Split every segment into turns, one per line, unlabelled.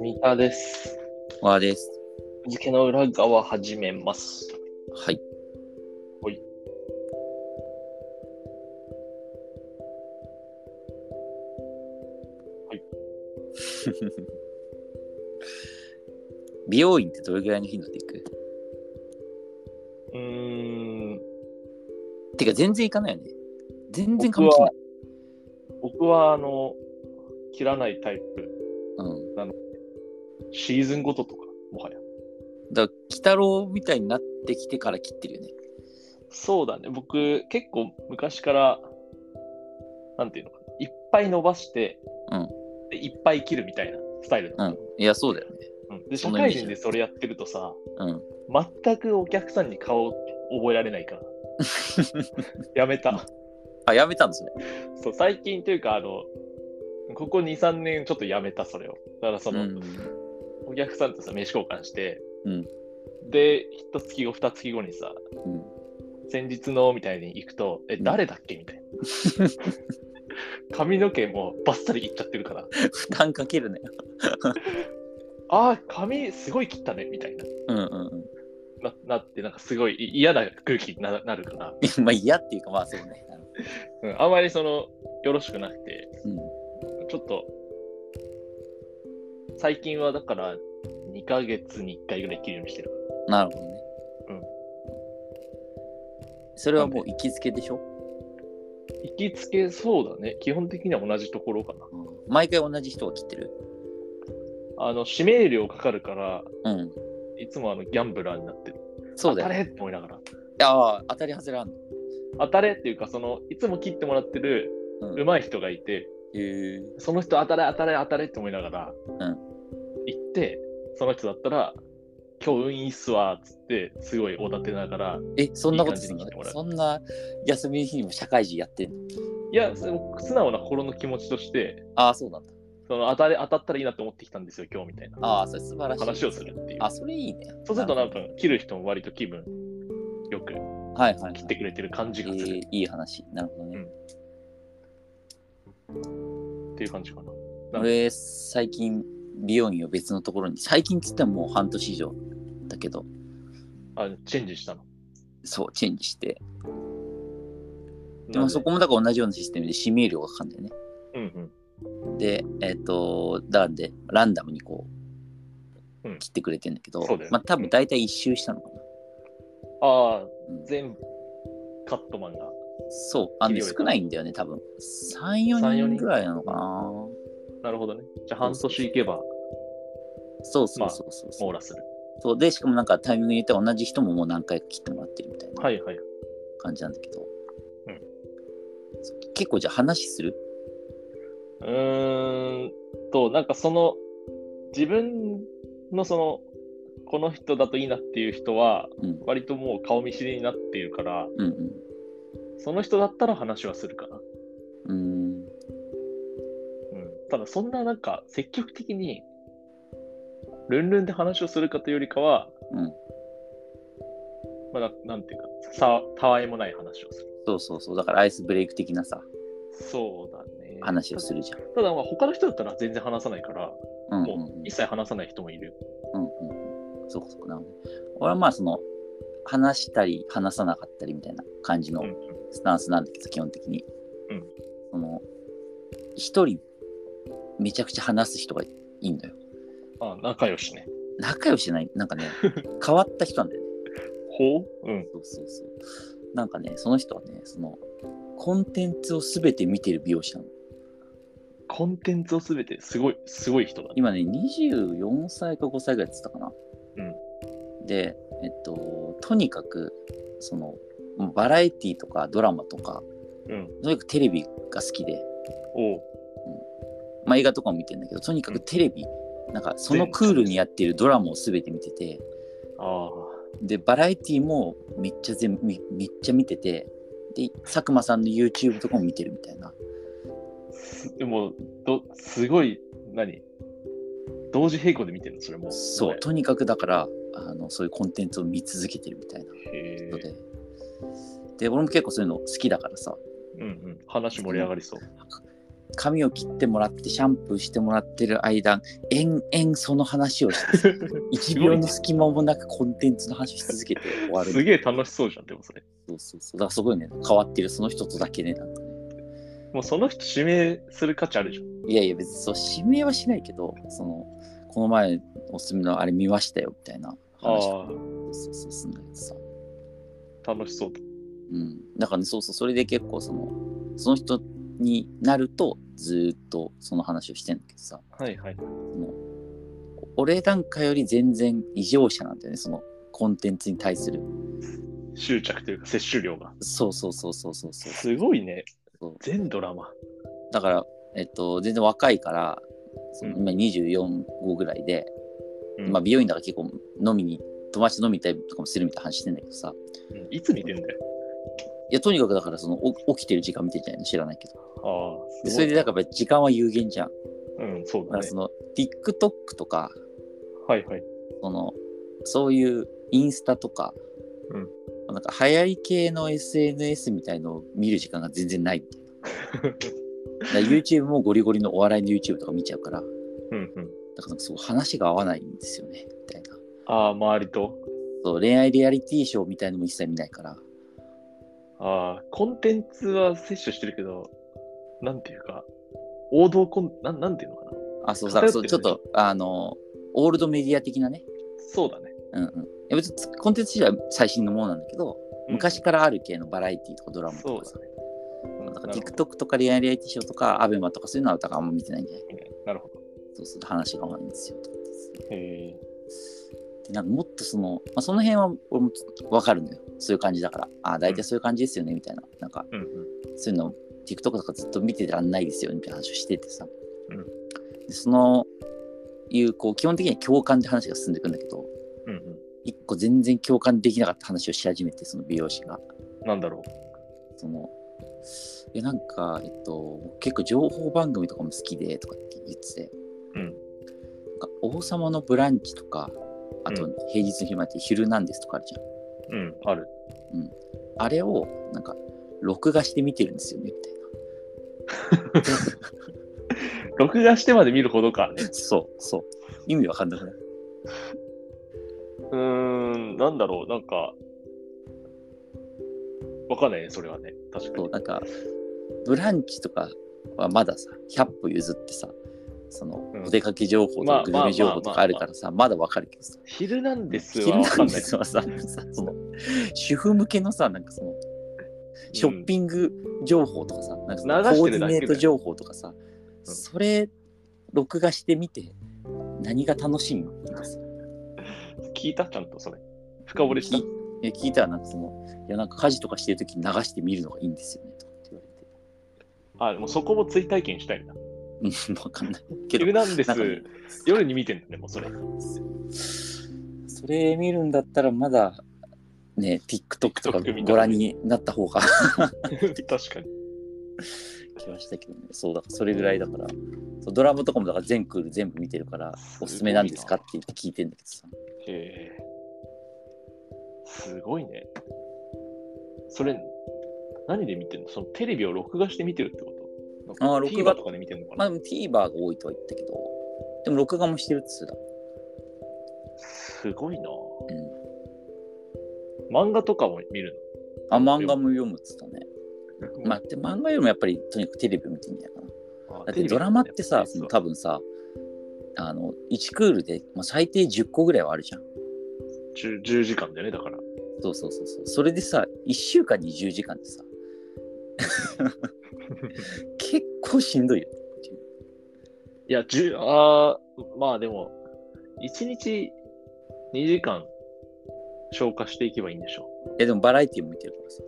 三田です。
わあです。
付けの裏側始めます。
はい。
はい。はい。
美容院ってどれぐらいの頻度で行く
うーん、
てか全然行かないよね。全然
僕
関係な。、
はい僕はあの、切らないタイプ、
うん。
シーズンごととか、もはや。
だから、鬼太郎みたいになってきてから切ってるよね。
そうだね、僕、結構昔から、なんていうのかな、いっぱい伸ばして、
うん
でいっぱい切るみたいなスタイル
う
なの
ん。いや、そうだよね。
うんで、社
そのイメー
会
ジ
人でそれやってるとさ、
うん。
全くお客さんに顔を覚えられない から。やめた。
あ、やめたんですね。
そう最近というかあのここ23年ちょっとやめたそれをだからそうの、
ん。
お客さんとさ名刺交換して、
うん
で1月後2月後にさ
うん
先日のみたいに行くとえ
うん
誰だっけみたいな 髪の毛もバッサリいっちゃってるから
負担かけるね。
ああ髪すごい切ったねみたいな
うんうん
ななってなんかすごいい嫌な空気にななるから、
うん。 まあ嫌っていうか、まあそうね。
うん、あまりそのよろしくなくて
うん。
ちょっと、最近はだから、2ヶ月に1回ぐらい切るようにしてる。
なるほどね。
うん。
それはもう行きつけでしょ、
行きつけそうだね。基本的には同じところかな。
うん、毎回同じ人が切ってる
あの、指名料かかるから、
うん。
いつもあの、ギャンブラーになってる。
そうだ
当
よ
た
ね。
れって思いながら。
ああ、当たり外れあんの。
当たれっていうか、その、いつも切ってもらってる
うん。
上手い人がいて、
へえ
その人当たれ当たれ当たれって思いながら、
ん
行って、その人だったら、今日運いいっすわ、つって、すごいおだてながら、
え、そんなことする
いい感じに来ても
の
らう
そんな休みの日にも社会人やってんの
いや、その素直な心の気持ちとして、
ああ、そうなんだ。
その当たれ当たったらいいなと思ってきたんですよ、今日みたいな
ああ、それ素晴らしい。
話をするっていう。
あ、それいいね。
そうすると、
な
多
る
分切る人も割と気分よく
ほどはいはい、はい。
切ってくれてる感じがする
えーいい話。なるほどね。
っていう感じかな。うん
俺、最近、美容院を別のところに、最近っつってももう半年以上だけど、
あチェンジしたの。
そう、チェンジして。で
なん
もそこもだから同じようなシステムで、指名料がかかるんだよね。
うんうん。
で、えっ、と、なんで、ランダムにこう、
うん
切ってくれてんだけど、
そうだよね
まあ多分大体一周したのかな。
ああ、
うん
全部カットマンが。
そう、あの
切り終えた
少ないんだよね、多分3、4
3-4
人ぐらいなのかな。
なるほどね。じゃあ半年いけば
そうそうそうそうそう、
網羅する。
そう。で、しかもなんかタイミングによっては同じ人ももう何回か切ってもらってるみたいな
はいはい。
感じなんだけど。
うん
そう結構じゃあ話する
うーんと、なんかその、自分のその、この人だといいなっていう人は、
うん。
割ともう顔見知りになっているから、
うん
その人だったら話はするかな。
うん。うん。
うん、ただそんななんか積極的にルンルンで話をするかというよりかは、
うん
まあ、ななんていうかさたわいもない話をする
そうそうそう。だからアイスブレイク的なさ、
そうだね
話をするじゃん。
ただまあ他の人だったら全然話さないから、
うんうん
もう一切話さない人もいるよ
うんうんうん。そうかそうかなるほどね。俺はまあその、話したり話さなかったりみたいな感じの
うんうん
スタンスなんだけど、基本的に。
うん
その、一人、めちゃくちゃ話す人がいいんだよ。
あ仲良しね
仲良しじゃない、なん かね、変わった人なんだよね。
ほううん
そうそうそう。なんかね、その人はね、その、コンテンツをすべて見てる美容師なの。
コンテンツをすべてすごいすごい人だね
今ね、24歳か5歳ぐらいやってたかな。で、えっと、とにかく、その、バラエティとかドラマとか、
うん
とにかくテレビが好きで、
おう
まあ、映画とかも見てんだけどとにかくテレビ、なんかそのクールにやってるドラマを全て見てて
あ
でバラエティーもめっちゃ全部めめっちゃ見ててで佐久間さんの YouTube とかも見てるみたいな
あすでもどすごい何同時並行で見てるのそれも
そうとにかくだからあのそういうコンテンツを見続けてるみたいな
へ
の
え
で、で俺も結構そういうの好きだからさ
うんうん話盛り上がりそう
髪を切ってもらってシャンプーしてもらってる間延々その話をして 1秒の隙間もなくコンテンツの話し続けて終わる
すげえ楽しそうじゃん、でもそれ。
そうそうそうだからすごいね変わってるその人とだけねなんかね
もうその人指名する価値あるじゃん。
いやいや別にそう指名はしないけどそのこの前おすすめのあれ見ましたよみたいな話とか
あ
そうそうすんだけどさ
あ、楽しそうだ。
うん、だからねそうそうそれで結構そのその人になるとずーっとその話をしてんだけどさ
はいはい。
その俺なんかより全然異常者なんだよねそのコンテンツに対する
執着というか、摂取量が。
そうそうそうそうそうそう
すごいね
そう。
全ドラマ。
だから、えっと、全然若いからその
う
今24号ぐらいで、
うん
まあ、美容院だから結構飲みに友達と飲みたいとかもするみたいな話してんだけどさ
うんいつ見てんだよ。
いやとにかくだからそのお起きてる時間見てんじゃないの知らないけど
ああ、
ですそ
ご
れ
い。
でだからやっぱ時間は有限じゃん
うん、そう
だか
だ
ら
ね
そ。の TikTok とか
はいはい。
そのそういうインスタとか、
うん
なんか流行り系の SNS みたいのを見る時間が全然ないみたい なだから YouTube もゴリゴリのお笑いの YouTube とか見ちゃうからだか
うんうん。
らなんかそう話が合わないんですよねみたいな
ああ、周りと。
そう恋愛リアリティショーみたいのも一切見ないから
ああ、コンテンツは摂取してるけど、なんていうか、王道コン、なんなんていうのかな。
あそう
偏ってるね
そうちょっとあのオールドメディア的なね
そうだね。
うんうんいや別にコンテンツ自体は最新のものなんだけど、
うん
昔からある系のバラエティとかドラマ
そ
と
う
かさ
だね。
なんか
なるほど
TikTok とかリアリティショーとかアベマとかそういうのはだからあんま見てないんじゃない
なるほど。
そうそう話が合わないんですよと思って
へえ。
でなんかもっとその、まあ、その辺は俺も分かるのよそういう感じだからああ大体そういう感じですよねみたいななんか
うんうん。
そういうの TikTok とかずっと見てらんないですよねみたいな話をしててさ、
うん
でそのいうこう基本的には共感で話が進んでいくんだけど
うんうん。
一個全然共感できなかった話をし始めてその美容師が
なんだろ
そのえなんか、えっと、結構情報番組とかも好きでとかって言ってて、
うん
なんか王様のブランチとかあと
う
平日の昼間って「ヒルナンデス」とかあるじゃ
う。
ん、
うん、ある。
あれをなんか録画して見てるんですよねみたいな
録画してまで見るほどかね。
そうそう意味わかんなくないう
ーん、なんだろう、なんか、わかんないね、それはね。確か
そう
に。
なんかブランチとかはまださ100歩譲ってさその
うん
お出かけ情報と
まあ
かグルメ情報とかあるからさまだわかるけどさ
ヒルナンデス
ヒ
はわ
ルナ
か
ン
ん な
デ
い。
スはさ、さその主婦向けのさ、なんかその、 ショッピング情報とかさ、なんかその
流し
コ
て
ー
る
ディ
だけだ
ネ
よ
ート情報とかさ、それ、録画してみて、何が楽しいのってさ
聞いたちゃんとそれ。深掘りした
聞い。いや聞いたら、なんかその、いや、なんか家事とかしてるときに流してみるのがいいんですよね、とかって言わ
あ、もうそこも追体験したいんだ。
れて。うん、 わかんない
ヒ
けど
ル、ナンデ
なんかね
ス、夜に見てんだね、もうそ れ。
それ見るんだったら、まだ、ね、TikTok とか
TikTok 見た
ご覧になった方が
確かに。
気はしたけどねそうだからそれぐらいだからそうドラマとかもだから全クール全部見てるから
すごいな
おすすめなんですかって言って聞いてんだけどさ
へえ。すごいね。それ、何で見てんのそのテレビを録画して見てるってこと
あー録画
TVer とかで見てんのか
ま
な、
あでも TVer が多いとは言ったけどでも録画もしてるっつうだ
すごいな。
うん
漫画とかも見る
あ漫画も読むっつったね
の
まあで漫画よりもやっぱりとにかくテレビを見てんじゃないかな
あ
だっ
テレ
て
ビ
ドラマってさそ
そう
の多分さあの1クールで、まあ、最低10個ぐらいはあるじゃん
10, 10時間だよね、だから。
そうそうそうそうそれでさ1週間に10時間で さ結構しんどいよ
いや、10、あーまあでも、1日2時間消化していけばいいんでしょ
えでもバラエティも見てるからさ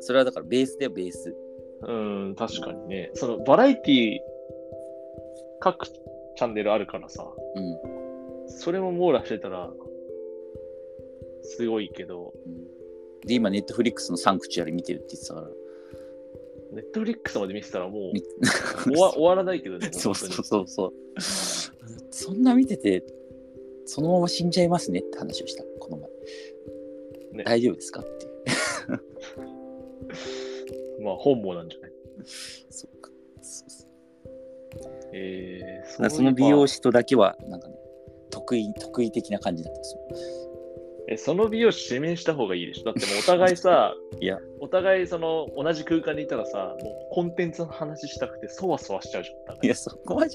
それはだからベースだよベース
う。うん、確かにね。そのバラエティ各チャンネルあるからさ、
うん、
それも網羅してたら、すごいけど、
で今ネットフリックスのサンクチュアリ見てるって言ってたから
ネットフリックスまで見てたらも
み。
う終わ終わらないけどね
そうそ
本
う
当に
そうそうそんな見ててそのまま死んじゃいますねって話をしたこの前、
ね
大丈夫ですかっていう
まあ本望なんじゃない
そうかそうそう
えー、
だからその美容師とだけは、なんかね、得意、得意的な感じだったんですよ。
えその美容師指名した方がいいでしょだってもうお互いさ
いや
お互いその同じ空間にいたらさもうコンテンツの話したくてそわそわしちゃうじゃんお互い
いや、そこまで、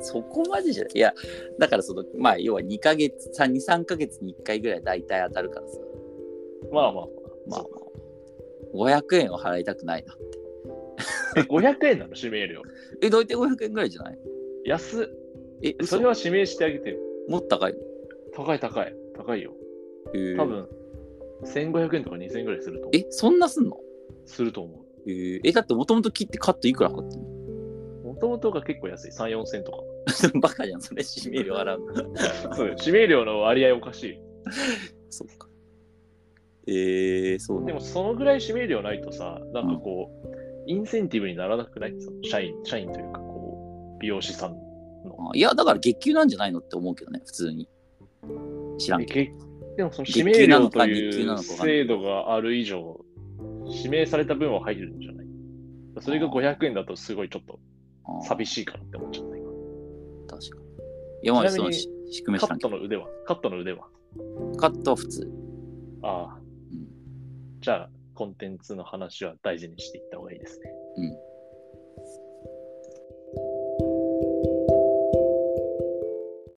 そこまでじゃない。いや、だからその、まあ、要は2ヶ月、3、2、3ヶ月に1回ぐらい大体当たるからさ。
まあまあ
まあ
そ
まあ、500円を払いたくないな。
え500円なの指名料
え、大体500円ぐらいじゃない
安っ
え、
そ
嘘
れは指名してあげてよ
もっと高い。
高い高い高いよ
えー
多分、1500円とか2000円ぐらいすると思
え、そんなすんの
うすると思
えーえ、だってもともと切ってカットいくらかかってんの
うもともとが結構安い3 4 0 0とか
バカじゃん、それ、締める払うの。
そうよ指名料の割合おかしい
そっか。えー、そう
で
ね
も。そのぐらい指名料ないとさ、なんかこう、インセンティブにならなくないその社員、社員というか、こう、美容師さん。
あいや、だから月給なんじゃないのって思うけどね、普通に。知らん
で
け
けでもその
月
指
給
名
な
料
の
と
か
い
日給な
う
のかわかんない
制度がある以上、指名された分は入るんじゃないそれが500円だとすごいちょっと
ど。
寂
し
しいかなって思っちゃった今
い。確かに。いや、まあ、
ち
そ
なみ
の
に
し仕組みは
カ
知
ッ
ら
ト
んけど。
の腕はカットの腕は
カットは普通。
ああ
うん。
じゃあ、コンテンツの話は大事にしていった方がいいですね。
うん。